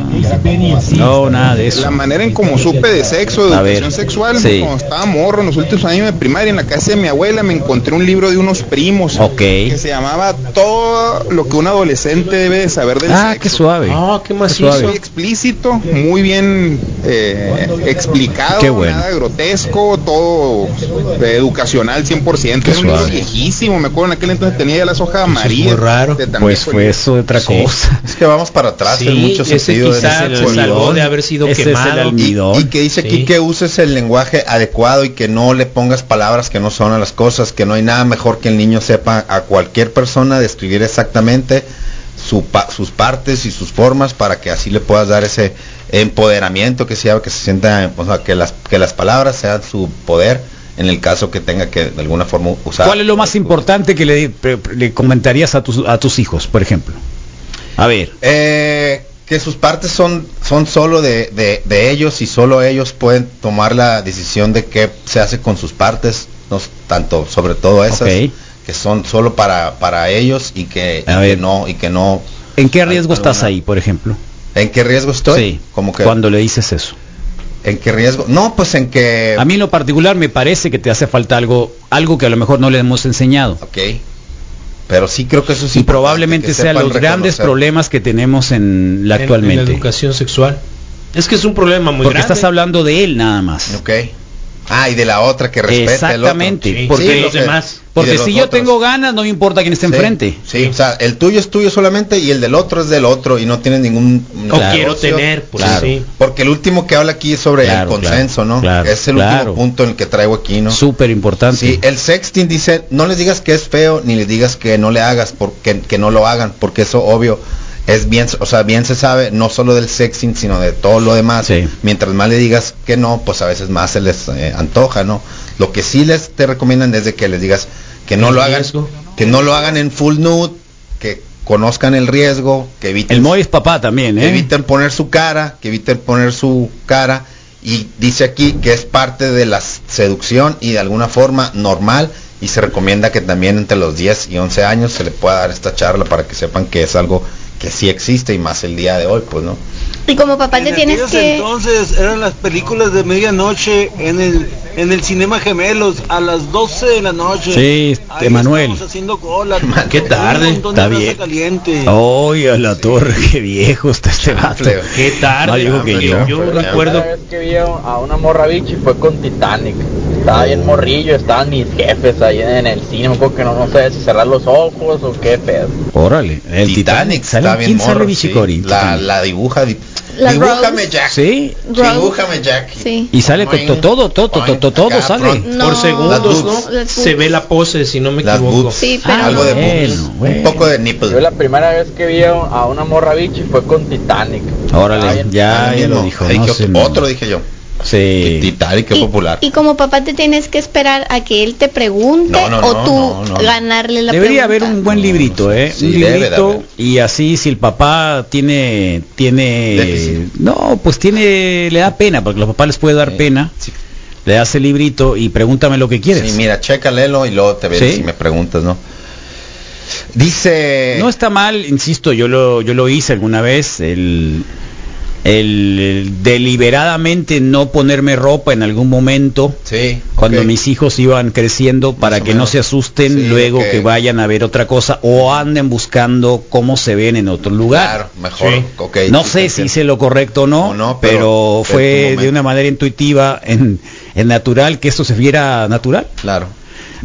S3: No, nada de eso.
S13: La manera en como supe de sexo, de
S3: A
S13: educación
S3: ver,
S13: sexual,
S3: sí.
S13: cuando estaba morro, en los últimos años de primaria, en la casa de mi abuela, me encontré un libro de unos primos que se llamaba Todo lo que un adolescente debe de saber del
S3: Ah,
S13: sexo.
S3: qué suave.
S1: Ah, qué macizo.
S13: Muy explícito, muy bien eh, explicado,
S3: Qué bueno.
S13: nada grotesco, todo eh, educacional 100%. Era un libro
S3: suave.
S13: viejísimo, me acuerdo en aquel entonces tenía ya las hojas
S3: Eso es
S13: amarillas. este,
S3: muy raro.
S2: Este
S13: de tan
S3: Pues
S13: viejo
S3: fue eso otra cosa.
S2: Es que vamos para atrás
S1: Sí,
S2: en muchos
S1: ese
S2: sentidos.
S1: quizá se salvó de haber sido Ese es el quemado. almidón.
S2: Y, y que dice aquí
S1: Sí.
S2: que uses el lenguaje adecuado y que no le pongas palabras que no son a las cosas, que no hay nada mejor que el niño sepa a cualquier persona describir exactamente su pa- sus partes y sus formas para que así le puedas dar ese empoderamiento que sea que se sienta o sea, que las que las palabras sean su poder en el caso que tenga que de alguna forma usar
S3: ¿Cuál es lo más importante que le, le comentarías a tus, a tus hijos, por ejemplo? A ver.
S2: Eh, que sus partes son, son solo de, de- de ellos y solo ellos pueden tomar la decisión de qué se hace con sus partes, no s- tanto sobre todo esas
S3: Ok.
S2: que son solo para, para ellos y que, y
S3: A
S2: que
S3: ver.
S2: no y que no.
S3: ¿En qué riesgo estás ahí, por ejemplo?
S2: ¿En qué riesgo estoy?
S3: Sí.
S2: Como que
S3: Cuando le dices eso.
S2: en qué riesgo. No, pues en que
S3: A mí en lo particular me parece que te hace falta algo, algo que a lo mejor no le hemos enseñado.
S2: Ok. Pero sí creo que eso sí.
S3: y probablemente
S2: que
S3: sea
S2: sepan
S3: los grandes
S2: reconocer.
S3: problemas que tenemos en la
S1: En-
S3: actualmente.
S1: en la educación sexual. Es que es un problema muy
S3: porque
S1: grande.
S3: estás hablando de él nada más.
S2: Ok. Ah, y de la otra que respete
S3: Exactamente.
S2: el otro.
S3: Porque
S2: lo
S3: los
S2: que-
S3: demás.
S2: y de
S3: Porque
S2: los
S3: si yo
S2: otros.
S3: tengo ganas, no me importa quién esté enfrente.
S2: Sí, o sea, el tuyo es tuyo solamente y el del otro es del otro y no tienes ningún...
S1: O quiero tener, pues,
S2: Claro.
S1: sí.
S2: Porque el último que habla aquí es sobre
S3: Claro,
S2: el consenso,
S3: claro,
S2: ¿no?
S3: claro,
S2: es el
S3: claro.
S2: último punto en el que traigo aquí, ¿no?
S3: Súper importante.
S2: Sí, el sexting dice, no les digas que es feo ni les digas que no le hagas, porque que no lo hagan, porque eso obvio es bien, o sea, bien se sabe, no solo del sexting, sino de todo lo demás. Mientras más le digas que no, pues a veces más se les eh, antoja, ¿no? Lo que sí les te recomiendan es de que les digas que no
S1: El
S2: lo hagan,
S1: riesgo.
S2: que no lo hagan en full nude, que conozcan el riesgo, que eviten
S3: El Moy es papá también,
S2: que
S3: ¿eh?
S2: eviten poner su cara, que eviten poner su cara. Y dice aquí que es parte de la seducción y de alguna forma normal. Y se recomienda que también entre los 10 y 11 años se le pueda dar esta charla para que sepan que es algo que sí existe y más el día de hoy, pues, ¿no?
S4: Y como papá te
S14: En
S4: tienes
S14: aquellos
S4: que...
S14: entonces eran las películas de medianoche en el en el cinema gemelos a las 12 de la noche.
S3: Sí,
S14: Ahí
S3: Emanuel.
S14: estábamos haciendo cola.
S3: Qué tarde,
S14: Un montón de
S3: está
S14: raza
S3: bien. Oh,
S14: Caliente.
S3: Ay, a la torre, qué viejo está este vato.
S1: Qué tarde.
S3: Más viejo que yo.
S1: Yo recuerdo.
S15: vez que vi a a una morra bichi fue con Titanic. Estaba bien morrillo, estaban mis jefes ahí en el cine, un poco que no, no sé si cerrar los ojos o qué pedo.
S3: Órale, el Titanic,
S2: Titanic
S3: sale
S2: está bien
S3: ¿quién sale
S2: morro,
S3: Bichicori?
S2: sí. la, la dibuja. di-
S4: La
S2: dibújame
S4: Rose.
S2: Jack.
S3: Sí.
S2: Dibújame Jack.
S4: Sí.
S3: Y sale
S2: Boing,
S3: todo, todo, todo, todo, todo, todo
S2: acá,
S3: sale.
S2: pronto.
S4: No.
S1: Por segundos,
S2: Las
S1: ¿no?
S4: boobs.
S1: Se ve la pose, si no me
S2: Las
S1: equivoco.
S2: boobs.
S4: Sí, pero...
S2: Algo de
S3: bueno,
S2: boobs,
S3: bueno.
S2: Un poco de nipple.
S15: Yo la primera vez que vi a a una morra bichi fue con Titanic.
S2: Ah,
S15: Estaba
S3: Órale,
S15: bien-
S3: ya, ya
S2: También
S3: lo
S2: no.
S3: dijo. Eh,
S2: Ay,
S3: no
S2: qué
S3: se
S2: otro,
S3: me-
S2: otro dije yo.
S3: Sí.
S2: Titanic, qué popular.
S4: Y como papá te tienes que esperar a que él te pregunte
S2: No, no,
S4: o
S2: no,
S4: tú
S2: no, no.
S4: ganarle la
S3: Debería haber
S4: pregunta.
S3: un buen librito, ¿eh?
S2: Sí,
S3: un
S2: debe de
S3: librito
S2: haber.
S3: y así si el papá tiene tiene
S2: Déficit.
S3: no, pues tiene le da pena porque los papás les puede dar pena. Le das el librito y pregúntame lo que quieres.
S2: Sí, mira, chécalelo y luego te ves
S3: Sí.
S2: si me preguntas, ¿no? Dice... eh.
S3: No está mal, insisto, yo lo yo lo hice alguna vez el el, el deliberadamente no ponerme ropa en algún momento. Cuando
S2: ok.
S3: mis hijos iban creciendo para que no se asusten luego que vayan a ver otra cosa o anden buscando cómo se ven en otro lugar.
S2: mejor, ok,
S3: No
S2: sí,
S3: sé
S2: te
S3: si
S2: entiendo.
S3: hice lo correcto o no, pero,
S2: pero en tu
S3: fue
S2: momento.
S3: de una manera intuitiva, en, en natural, que esto se viera natural.
S2: Claro.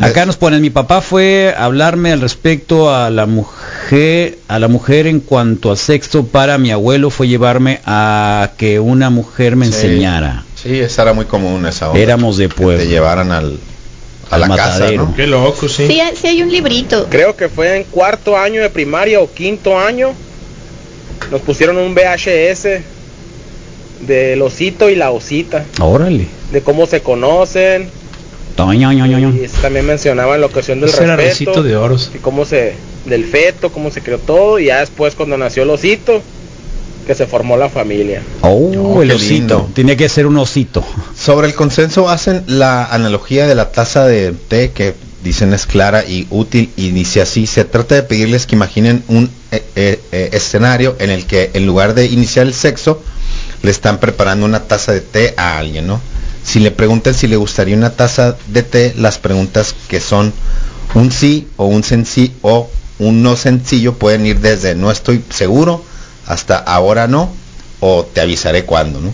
S3: Acá nos ponen, mi papá fue a hablarme al respecto a la mujer, a la mujer en cuanto al sexo para mi abuelo fue llevarme a que una mujer me
S2: Sí.
S3: enseñara.
S2: Sí, esa era muy común esa onda.
S3: Éramos de pueblo.
S2: Te llevaran al, a
S3: Al
S2: la casa,
S3: matadero.
S2: ¿no?
S1: Qué loco,
S4: Sí, hay- sí hay un librito.
S16: Creo que fue en cuarto año de primaria o quinto año. Nos pusieron un VHS del osito y la osita,
S3: Órale.
S16: de cómo se conocen.
S3: Toño, ño, ño, ño.
S16: Y también mencionaban la ocasión del
S1: Ese era
S16: respeto,
S1: Rosito de Oros.
S16: y cómo se del feto, cómo se creó todo y ya después cuando nació el osito que se formó la familia.
S3: Oh,
S2: Oh,
S3: el
S2: qué
S3: osito.
S2: lindo.
S3: Tenía que ser un osito.
S2: Sobre el consenso hacen la analogía de la taza de té que dicen es clara y útil y dice así, se trata de pedirles que imaginen un eh, eh, eh, escenario en el que en lugar de iniciar el sexo, le están preparando una taza de té a alguien, ¿no? Si le preguntan si le gustaría una taza de té, las preguntas que son un sí o un senci o un no sencillo pueden ir desde no estoy seguro hasta ahora no o te avisaré cuándo, ¿no?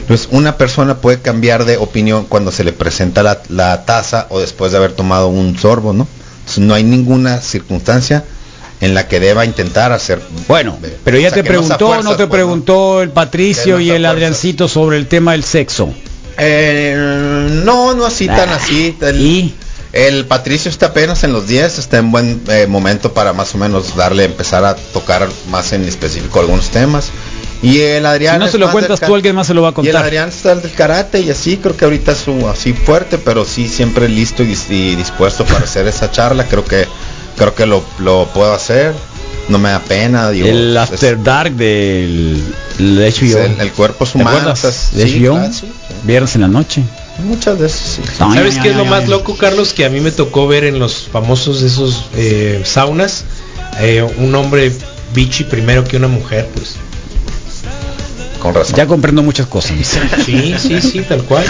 S2: Entonces, una persona puede cambiar de opinión cuando se le presenta la, la taza o después de haber tomado un sorbo, ¿no? Entonces, no hay ninguna circunstancia en la que deba intentar hacer...
S3: Bueno, Pero ya te preguntó, no
S2: pues,
S3: te preguntó el Patricio y el Adriancito sobre el tema del sexo.
S2: Eh, no, no así tan así. El, el Patricio está apenas en los 10, está en buen eh, momento para más o menos darle, empezar a tocar más en específico algunos temas. Y el Adrián...
S3: si no
S2: es
S3: se lo
S2: más del
S3: cuentas
S2: ca-
S3: tú, alguien más se lo va a
S2: Y el
S3: contar.
S2: Adrián está el del karate y así, creo que ahorita es un- así fuerte, pero sí siempre listo y, dis- y dispuesto para hacer esa charla. Creo que creo que lo, lo puedo hacer. No me da pena, digo.
S3: El
S2: pues, es-
S3: After Dark del el HBO.
S2: El- el cuerpo es
S3: ¿Te
S2: humano,
S3: acuerdas?
S2: estás-
S3: De
S2: sí,
S3: HBO.
S2: claro, sí,
S3: Viernes en la noche.
S2: muchas veces sí.
S1: ¿Sabes qué es lo
S3: ay,
S1: más
S3: ay.
S1: loco, Carlos? Que a mí me tocó ver en los famosos esos eh, saunas eh, un hombre bichi primero que una mujer, pues.
S2: Con razón.
S3: Ya comprendo muchas cosas.
S1: Sí, sí, sí, tal cual.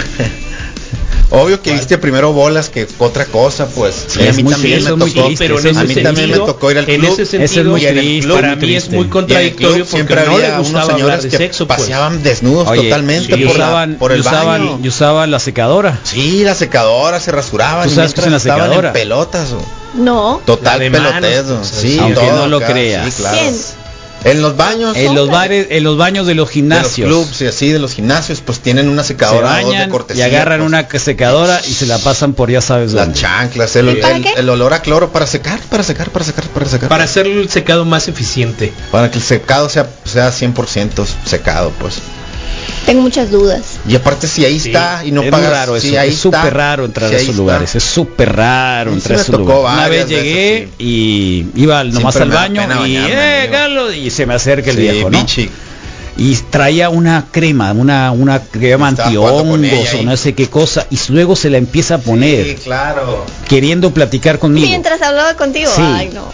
S2: Obvio que viste primero bolas que otra cosa, pues.
S1: Sí, es muy triste, es muy triste, pero en
S2: a
S1: ese
S2: mí también me
S1: sentido-
S2: tocó ir al
S1: en
S2: club.
S1: ese sentido,
S2: y en el
S1: triste,
S2: club-
S1: para mí es muy
S2: Y en el club
S1: contradictorio
S2: siempre
S1: porque no le
S2: había unos
S1: gustaba
S2: señores
S1: hablar de
S2: que
S1: sexo, pues.
S2: Paseaban desnudos
S3: Oye,
S2: totalmente
S3: sí,
S2: por, la-
S3: usaban-
S2: por el
S3: usaban-
S2: baño.
S3: y usaban la secadora.
S2: Sí, la secadora se rasuraban.
S3: ¿Tú
S2: y
S3: sabes que
S2: mientras
S3: usan la
S2: estaban en
S3: secadora?
S2: pelotas. o-
S4: No.
S2: Total
S3: La de manos,
S2: peloteo.
S3: o sea,
S2: sí,
S3: aunque
S2: todo
S3: no lo
S2: acá, sí,
S3: creas.
S2: claro.
S4: ¿Quién?
S2: En los baños.
S3: En los bares, en los baños de los
S2: De
S3: gimnasios.
S2: los clubs y así de los gimnasios pues tienen una
S3: se
S2: secadora o dos de
S3: bañan y
S2: cortesía
S3: agarran
S2: pues.
S3: una secadora y se la pasan por ya sabes
S2: Las chanclas, el,
S3: ¿Para
S2: el-
S3: qué?
S2: el olor a cloro para secar, para secar, para secar, para secar.
S1: Para hacer el secado más eficiente.
S2: Para que el secado sea, sea 100% secado, pues.
S4: Tengo muchas dudas.
S2: Y aparte si ahí está y no
S3: es muy
S2: pagas,
S3: raro
S2: si
S3: eso,
S2: ahí
S3: es súper
S2: está,
S3: raro entrar
S2: si
S3: a
S2: ahí
S3: esos
S2: está.
S3: lugares, es súper raro
S2: Sí,
S3: entrar a
S2: me
S3: esos
S2: tocó
S3: lugares. Una vez
S2: varias veces,
S3: llegué y iba al- nomás
S2: Siempre
S3: al
S2: me da
S3: baño
S2: pena
S3: y
S2: bañarme,
S3: "Eh, Carlos", y se me acerca el
S2: Sí,
S3: viejo, ¿no? Y traía una crema, una una crema
S2: Estaba jugando con
S3: antihongos
S2: ella
S3: o
S2: ahí.
S3: no sé qué cosa y luego se la empieza a poner
S2: Sí, claro.
S3: queriendo platicar conmigo.
S4: Mientras hablaba contigo.
S3: Sí.
S4: Ay, no.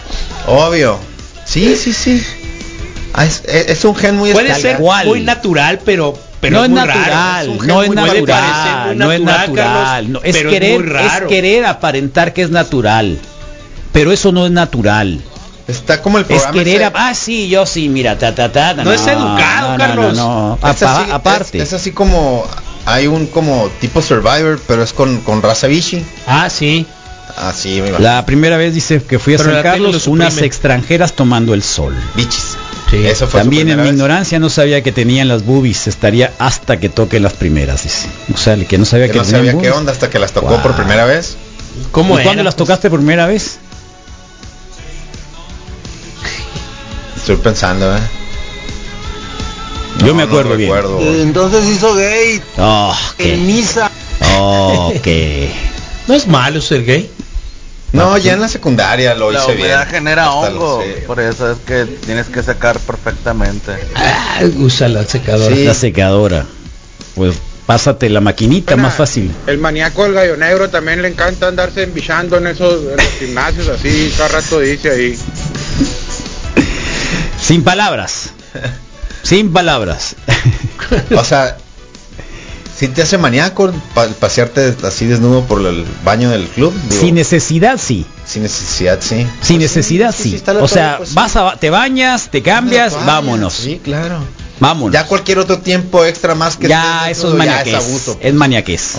S2: Obvio. Sí, sí, sí. Ah, Es, es- es un gen muy
S1: Puede
S2: especial.
S1: ser muy natural, pero pero
S3: no es,
S1: muy
S3: natural,
S1: raro. un gen
S3: no es
S1: muy- puede parecer muy
S3: natural, no es
S1: Carlos,
S3: natural, no- es
S1: pero
S3: querer,
S1: muy
S3: es
S1: raro.
S3: querer aparentar que es natural, pero eso no es natural.
S2: Está como el
S3: es
S2: programa
S3: querer,
S2: ese-
S3: ap- ah sí, yo sí, mira, ta ta ta. ta,
S2: No es educado,
S3: no, no,
S2: Carlos.
S3: No, no.
S2: Es
S3: Apa-
S2: así-
S3: aparte.
S2: Es, es así como hay un como tipo Survivor, pero es con, con raza bichi.
S1: Ah, sí.
S2: Así me imagino.
S3: La primera vez dice que fui a
S2: Pero
S3: San
S2: la tele
S3: Carlos
S2: lo
S3: unas
S2: suprime.
S3: extranjeras tomando el sol.
S2: Bichis. Eso fue
S3: También
S2: su
S3: en
S2: primera
S3: mi
S2: vez.
S3: ignorancia no sabía que tenían las boobies, estaría hasta que toque las primeras, dice. O sea, el que no sabía
S2: Que
S3: que,
S2: no
S3: tenían
S2: sabía qué
S3: boobies.
S2: onda hasta que las tocó por primera vez.
S3: ¿Y cuándo las tocaste por primera vez?
S2: Estoy pensando, ¿eh?
S3: Yo me acuerdo bien.
S2: Eh,
S14: Entonces hizo gay
S3: Oh,
S14: en misa.
S3: ok.
S1: No es malo ser gay.
S2: No, ya en la secundaria lo
S15: La
S2: hice bien.
S15: humedad genera
S2: Hasta lo
S15: hongo,
S2: sé.
S15: por eso es que tienes que secar perfectamente.
S1: Ah, usa la secadora.
S3: La secadora. Pues pásate la maquinita más fácil.
S17: El maníaco del gallo negro también le encanta andarse envillando en esos en los gimnasios así, cada rato dice ahí.
S3: Sin palabras. Sin palabras.
S2: o sea, si te hace maníaco pa- pasearte así desnudo por el baño del club. digo,
S3: Sin necesidad, sí.
S2: sin necesidad, Pues sí.
S3: Sin necesidad, sí.
S2: está la
S3: O
S2: toalla,
S3: sea,
S2: pues, sí.
S3: vas a, te bañas, te cambias,
S2: toalla,
S3: vámonos.
S2: Sí, claro.
S3: Vámonos.
S2: Ya cualquier otro tiempo extra más que
S3: Ya, eso es maniaqués.
S2: es abuso. pues.
S3: es maniaqués.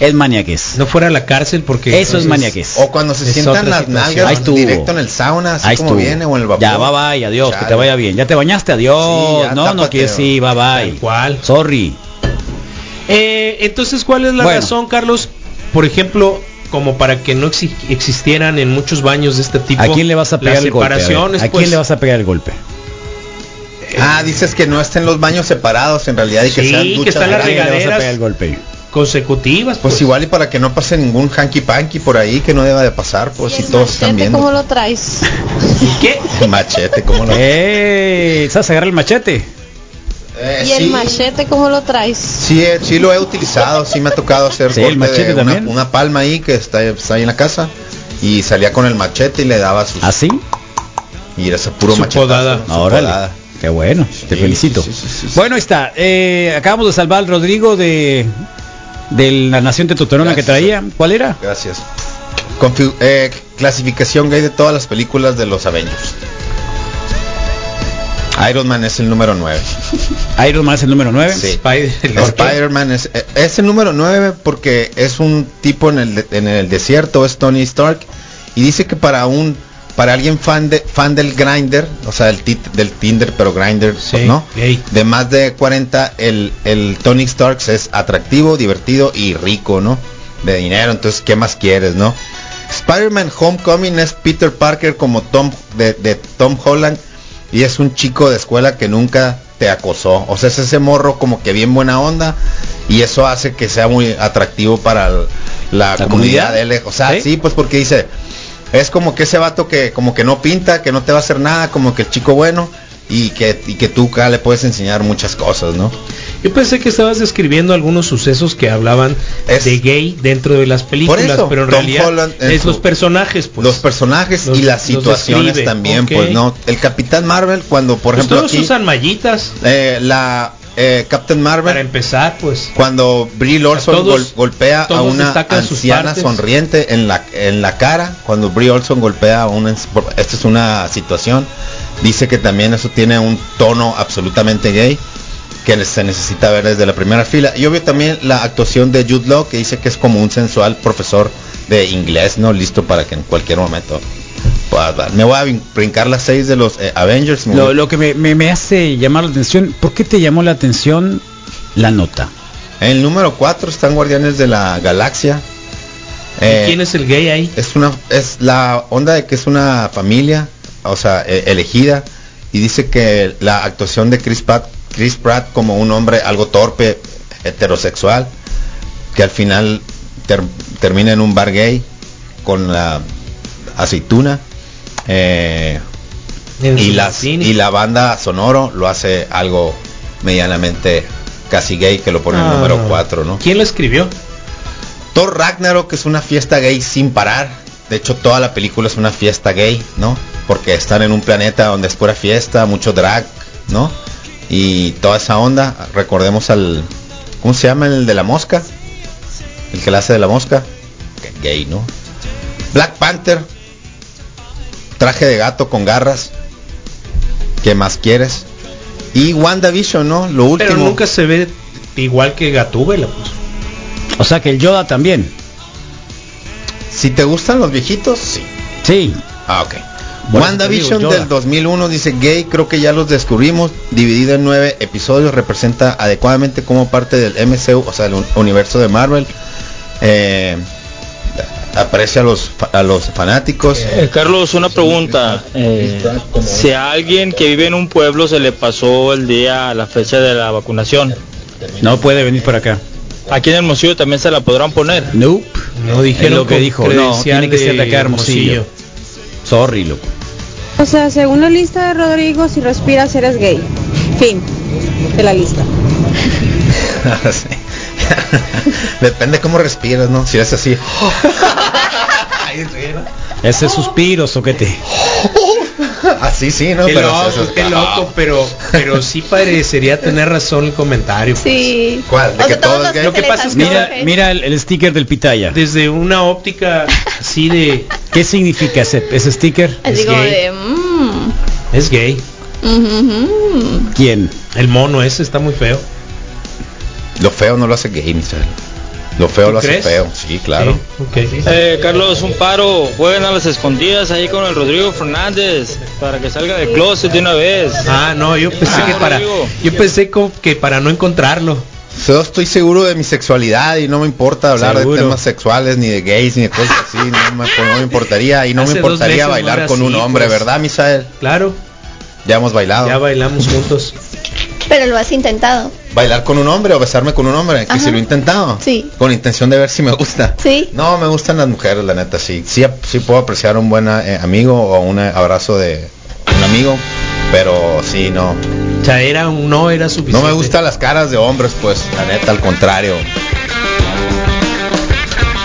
S3: Es maniaqués.
S1: No fuera a la cárcel porque...
S3: Eso es maniaqués.
S2: O cuando se
S3: Es
S2: sientan
S3: otra
S2: las
S3: situación.
S2: nalgas
S3: Ahí estuvo.
S2: directo en el sauna, así
S3: Ahí
S2: como
S3: estuvo.
S2: viene, o en el vapor.
S3: Ya, bye bye, adiós, que te
S2: Chale.
S3: vaya bien. Ya te bañaste, adiós.
S2: Sí, ya,
S3: no, no
S2: tápate,
S3: quieres, sí, bye bye.
S1: ¿Cuál?
S3: Sorry.
S1: Eh, entonces, ¿cuál es la
S3: Bueno.
S1: razón, Carlos? Por ejemplo, como para que no exi- existieran en muchos baños de este tipo.
S3: ¿A quién le vas a pegar
S1: las
S3: el golpe? A, ver,
S1: separaciones,
S3: ¿a
S1: pues,
S3: quién le vas a pegar el golpe?
S2: Ah, dices que no estén los baños separados en realidad y que
S1: Sí,
S2: sean
S1: que
S2: duchas.
S1: están las
S2: grandes.
S3: ¿A quién le vas a
S1: regaderas.
S3: pegar el golpe?
S1: consecutivas?
S2: Pues igual y para que no pase ningún hanky panky por ahí que no deba de pasar, pues si todos están
S11: ¿Cómo
S2: viendo.
S11: lo traes?
S1: ¿Qué?
S2: Machete, ¿cómo lo
S3: ¡Eh! ¿Sabes agarrar el machete?
S2: Eh,
S11: ¿Y el
S2: sí,
S11: machete cómo lo traes?
S2: sí, eh, sí lo he utilizado, sí me ha tocado hacer
S3: Sí, el
S2: corte de
S3: machete
S2: una,
S3: también.
S2: una palma ahí que está, está ahí en la casa y salía con el machete y le daba sus
S3: ¿Así?
S2: y era ese puro
S1: Su
S2: machetazo,
S1: podada.
S2: su
S3: Ah, Órale.
S2: podada.
S3: Qué bueno, te felicito. Bueno, ahí está. eh, acabamos de salvar al Rodrigo de, de la nación de Totorona que traía. ¿Cuál era?
S2: Gracias. Confi- eh, clasificación gay de todas las películas de los Avengers. Iron Man es el número 9.
S3: Iron Man es el número 9.
S2: Sí.
S1: Spider-
S2: Spider-Man es, eh, es el número 9 porque es un tipo en el, de- en el desierto, es Tony Stark. Y dice que para un para alguien fan de fan del grinder, o sea, del, tit- del Tinder, pero grinder,
S1: Sí,
S2: ¿no?
S1: gay.
S2: De más de 40, el, el Tony Stark es atractivo, divertido y rico, ¿no? De dinero, entonces, ¿qué más quieres, no? Spider-Man Homecoming es Peter Parker como Tom de, de Tom Holland y es un chico de escuela que nunca te acosó. O sea, es ese morro como que bien buena onda y eso hace que sea muy atractivo para el- la, comunidad.
S3: comunidad?
S2: L- o sea,
S3: ¿Sí?
S2: sí, pues porque dice, es como que ese vato que como que no pinta, que no te va a hacer nada, como que el chico bueno y que, y que tú acá le puedes enseñar muchas cosas, ¿no?
S1: Yo pensé que estabas describiendo algunos sucesos que hablaban
S2: Es-
S1: de gay dentro de las películas,
S2: Por eso,
S1: pero en
S2: Tom
S1: realidad
S2: Holland en
S1: es
S2: su-
S1: los personajes, pues.
S2: los personajes
S1: Los-
S2: y las
S1: los
S2: situaciones
S1: describe,
S2: también,
S1: ok.
S2: pues, ¿no? El Capitán Marvel, cuando, por
S1: Pues
S2: ejemplo,
S1: todos
S2: aquí,
S1: usan mallitas
S2: eh, la eh, Captain Marvel,
S1: para empezar, pues.
S2: cuando Brie Olson
S1: todos-
S2: gol- golpea a
S1: todos
S2: una
S1: destacan sus
S2: anciana
S1: partes.
S2: sonriente en la, en la cara, cuando Brie Olson golpea a una... Esta es una situación. Dice que también eso tiene un tono absolutamente gay que se necesita ver desde la primera fila. Y obvio también la actuación de Jude Law, que dice que es como un sensual profesor de inglés, ¿no? Listo para que en cualquier momento pueda dar. Me voy a brin- brincar las seis de los eh, Avengers. me
S3: Lo,
S2: voy-
S3: lo que me, me- me hace llamar la atención, ¿por qué te llamó la atención la nota?
S2: En el número 4 están Guardianes de la Galaxia. Eh,
S1: ¿Y quién es el gay ahí?
S2: es una es la onda de que es una familia o sea e- elegida y dice que la actuación de Chris Pratt Chris Pratt como un hombre algo torpe heterosexual que al final ter- termina en un bar gay con la aceituna eh,
S1: En
S2: y
S1: su
S2: las
S1: cine.
S2: y la banda sonoro lo hace algo medianamente casi gay que lo pone en
S1: Ah.
S2: el número 4 no
S1: ¿Quién lo escribió?
S2: Thor Ragnarok es una fiesta gay sin parar. De hecho, toda la película es una fiesta gay, ¿no? Porque están en un planeta donde es pura fiesta, mucho drag, ¿no? Y toda esa onda. Recordemos al... ¿Cómo se llama el de la mosca? El que la hace de la mosca. Que Gay, ¿no? Black Panther. Traje de gato con garras. ¿Qué más quieres? Y WandaVision, ¿no? Lo último.
S1: Pero nunca se ve igual que Gatúbela, pues.
S3: O sea que el Yoda también.
S2: Si te gustan los viejitos, sí.
S3: Sí.
S2: Ah, ok.
S3: Bueno,
S2: WandaVision
S3: te digo, Yoda.
S2: del 2001 dice gay, creo que ya los descubrimos, dividido en nueve episodios, representa adecuadamente como parte del MCU, o sea, el un- universo de Marvel. Eh, aprecia a los, fa- a los fanáticos.
S12: Eh, Carlos, una pregunta. Eh, si a alguien que vive en un pueblo se le pasó el día, la fecha de la vacunación,
S3: No puede venir para acá.
S12: aquí en Hermosillo también se la podrán poner.
S3: Nope.
S1: No
S3: Es
S1: dijeron
S3: lo que
S1: con
S3: dijo. No,
S1: credencial
S3: tiene que ser de
S1: de
S3: acá, Hermosillo.
S1: Hermosillo.
S3: Sorry, loco.
S11: O sea, según la lista de Rodrigo, si respiras eres gay. Fin de la lista.
S2: Sí. Depende cómo respiras, ¿no? Si es así.
S3: Ese suspiro, soquete.
S2: Así sí, ¿no?
S1: Qué
S2: Pero
S1: loco,
S2: eso es-
S1: qué loco, pero, pero sí parecería tener razón el comentario.
S4: Sí.
S2: ¿Cuál?
S4: ¿De O que sea, todos todo los es gay?
S1: Lo que
S4: se les
S1: pasa es que
S4: antoje.
S1: mira,
S3: Mira el, el sticker del pitaya.
S1: Desde una óptica así de...
S3: ¿Qué significa ese, ese sticker?
S4: Así como de. Mmm,
S1: Es gay.
S4: ujú,
S3: ¿Quién?
S1: El mono ese está muy feo.
S2: Lo feo no lo hace gay, Misael. Lo feo
S12: ¿Tú
S2: lo hace
S12: crees?
S2: feo, sí, claro.
S12: Eh, Carlos, un paro. Jueguen a las escondidas ahí con el Rodrigo Fernández para que salga del closet de una vez.
S1: Ah, no, yo pensé que para... Yo pensé co- que para no encontrarlo.
S2: Yo estoy seguro de mi sexualidad y no me importa hablar
S1: Seguro.
S2: de temas sexuales ni de gays ni de cosas así. No me, no me importaría y no
S1: Hace
S2: me
S1: dos
S2: importaría
S1: meses no
S2: bailar
S1: era
S2: con un
S1: así,
S2: hombre,
S1: pues.
S2: ¿verdad, Misael?
S1: Claro.
S2: Ya hemos bailado.
S1: Ya bailamos juntos.
S4: Pero lo has intentado.
S2: Bailar con un hombre o besarme con un hombre, que
S4: Ajá.
S2: si lo he intentado.
S4: Sí.
S2: Con intención de ver si me gusta.
S4: Sí.
S2: No, me gustan las mujeres, la neta, sí. Sí, ap- sí puedo apreciar un buen eh, amigo o un eh, abrazo de un amigo, pero sí, no.
S1: O sea, era un no era
S2: No
S1: suficiente.
S2: me gustan las caras de hombres, pues, la neta, al contrario.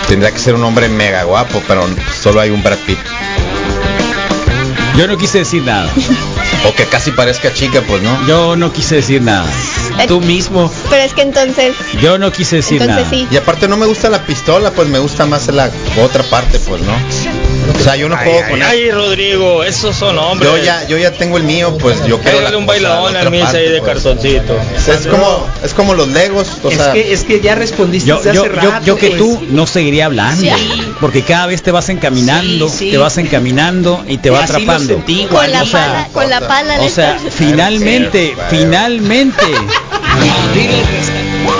S2: Tendría que ser un hombre mega guapo, pero solo hay un Brad Pitt.
S3: Yo no quise decir nada.
S2: O que casi parezca chica, pues no.
S3: Yo no quise decir nada.
S1: Tú mismo.
S4: Pero es que entonces.
S3: Yo no quise decir
S4: Entonces
S2: nada.
S4: sí.
S2: Y aparte no me gusta la pistola, pues me gusta más la otra parte, pues no. O sea, yo no
S12: Ay,
S2: puedo
S12: ay,
S2: con
S12: ay, Rodrigo, esos son hombres.
S2: Yo ya, yo ya tengo el mío, pues yo quiero
S12: Pégale
S2: la
S12: un
S2: cosa, la
S12: bailadón
S2: otra
S12: al misa
S2: parte,
S12: ahí de
S2: pues.
S12: cartoncito.
S2: Es como, es como los legos, o
S1: es,
S2: sea,
S1: que, es que ya respondiste
S3: Yo,
S1: desde
S3: yo,
S1: hace
S3: yo-
S1: rato,
S3: yo que
S1: pues.
S3: tú no seguiría hablando.
S1: Sí.
S3: Porque cada vez te vas encaminando,
S1: Sí, sí.
S3: te vas encaminando y te va
S1: Así lo
S3: atrapando.
S1: sentí, igual,
S4: Con la
S3: o sea,
S4: pala, con la pala le
S3: O sea,
S4: estás-
S3: finalmente,
S2: Claro.
S3: finalmente,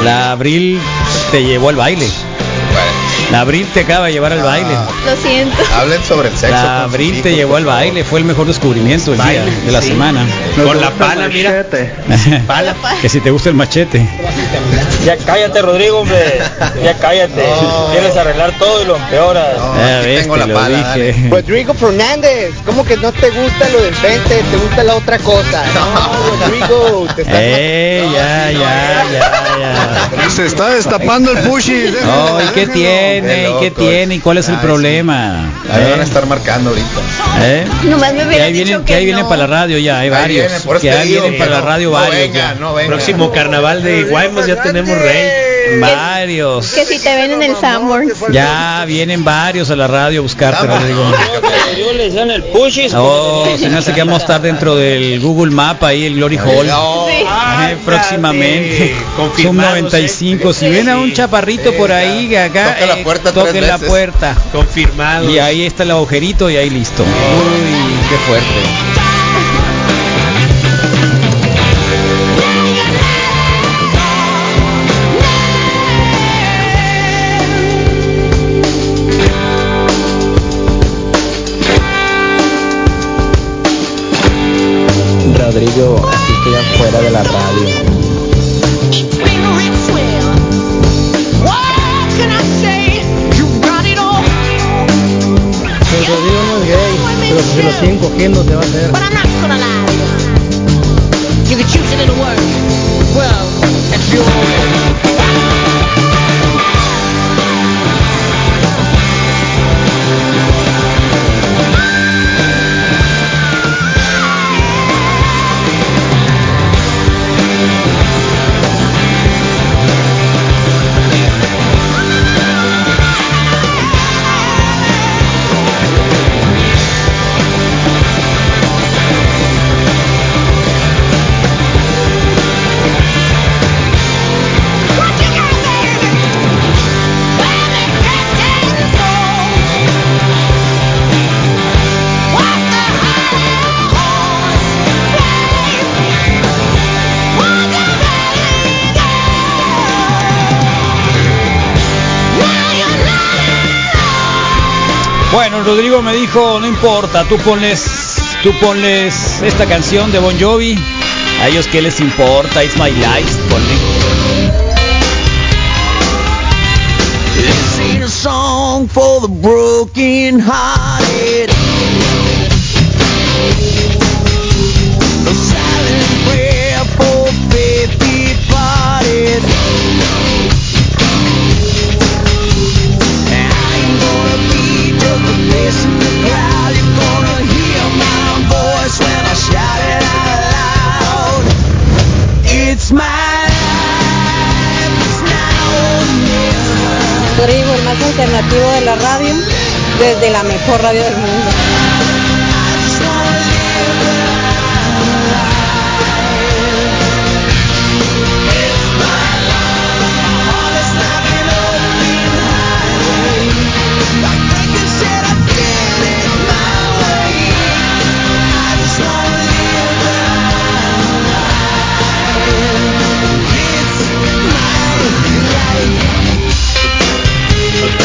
S3: la Abril te llevó al baile. La Abril te acaba de llevar al baile.
S4: Lo siento.
S2: hablen sobre el sexo.
S3: La
S2: con sus
S3: Abril
S2: hijos, pues.
S3: te llevó
S2: por
S3: al
S2: favor.
S3: baile, fue el mejor descubrimiento del día,
S1: Baile,
S3: de la
S1: sí.
S3: semana.
S1: Con la pala, mira. Pala.
S3: que si te gusta el machete.
S12: Ya cállate, Rodrigo, hombre. Ya cállate. Quieres arreglar todo y lo empeoras. Pues,
S3: Ya Ah, ves,
S2: Oh. tengo
S3: te
S2: la
S3: lo
S2: pala, Pues,
S3: dije.
S18: Rodrigo Fernández, ¿cómo que no te gusta lo del frente? ¿Te gusta la otra cosa? No, Rodrigo, te estás
S3: Eh, ya, ya,
S2: eh.
S3: ya, ya.
S10: Se está destapando el pushy.
S3: No, ¿y qué
S2: Qué
S3: tiene? ¿Y qué
S2: loco.
S3: tiene? ¿Y cuál es el
S2: Ay, sí.
S3: problema?
S2: Ahí
S3: ¿Eh?
S2: van a estar marcando ahorita.
S3: ¿Eh?
S4: Nomás me
S3: Que
S4: hubiera
S3: ahí vienen,
S4: dicho
S3: que
S4: que,
S3: ahí vienen
S4: no.
S3: para la radio ya, hay
S2: Ahí
S3: varios.
S2: vienen, por eso
S3: que
S2: te
S3: ahí
S2: digo,
S3: vienen para la
S2: no,
S3: radio
S2: no
S3: varios. ya.
S2: venga, no venga.
S1: Próximo carnaval de Guaymas ya tenemos rey.
S3: Varios.
S4: Que si te ven en el Sanborns.
S3: Ya vienen varios a la radio a buscarte, Rodrigo.
S12: Yo le decían el pushis.
S3: Oh, se me hace que vamos a estar dentro del Google Map ahí, el Glory Hall.
S4: Sí.
S3: Eh, próximamente. Son
S2: ¿eh?
S1: Confirmados,
S3: 95. Si ven a un chaparrito por ahí, acá,
S2: Toca la
S3: eh,
S2: puerta tres
S3: toquen la
S2: veces.
S3: puerta.
S1: Confirmado.
S3: Y ahí está el agujerito y ahí listo.
S2: Uy, qué fuerte.
S18: Rodrigo, así estoy afuera de la radio.
S19: El Rodrigo no es gay, pero si se lo siguen cogiendo te va a hacer.
S3: Bueno, Rodrigo me dijo, no importa, tú ponles, tú ponles esta canción de Bon Jovi. A ellos qué les importa, it's my life, ponle.
S20: This ain't a song for the broken hearted. A silent prayer for faith departed. And I ain't gonna be just a face in the crowd. You're gonna hear my voice
S21: alternativo de la radio desde la mejor radio del mundo.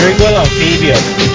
S11: Yo igual anfibio.